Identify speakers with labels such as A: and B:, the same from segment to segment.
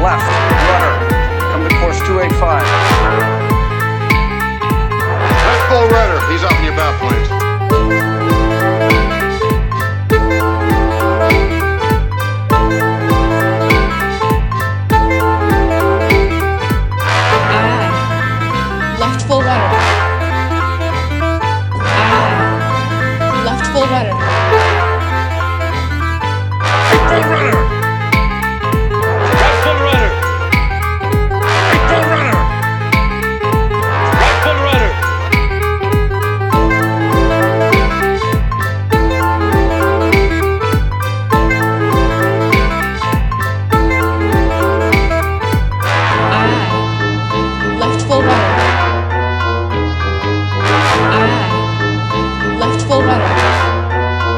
A: Rudder, come to course 285.
B: Left full rudder. He's up in your bow point.
C: Aye. Ah. Left full rudder. Aye. Ah. Left full rudder.
D: Full runner. Right full runner. Right full runner. Right full runner.
C: Aye. Ah. Left full rudder. Aye. Left full rudder.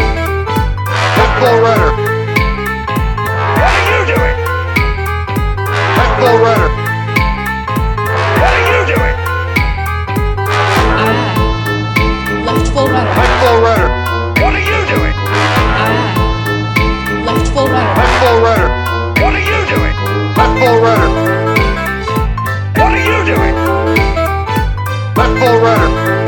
B: Left full rudder.
D: What are you doing?
B: Left full rudder.
D: What are you doing?
C: Aye. Ah. Left full rudder.
B: Left full rudder.
D: What are you doing?
C: Aye. Ah. Left full rudder.
B: Left full rudder.
D: What are you doing?
B: Left full rudder.
D: What are you doing?
B: Left full rudder.
C: Ah. Ah.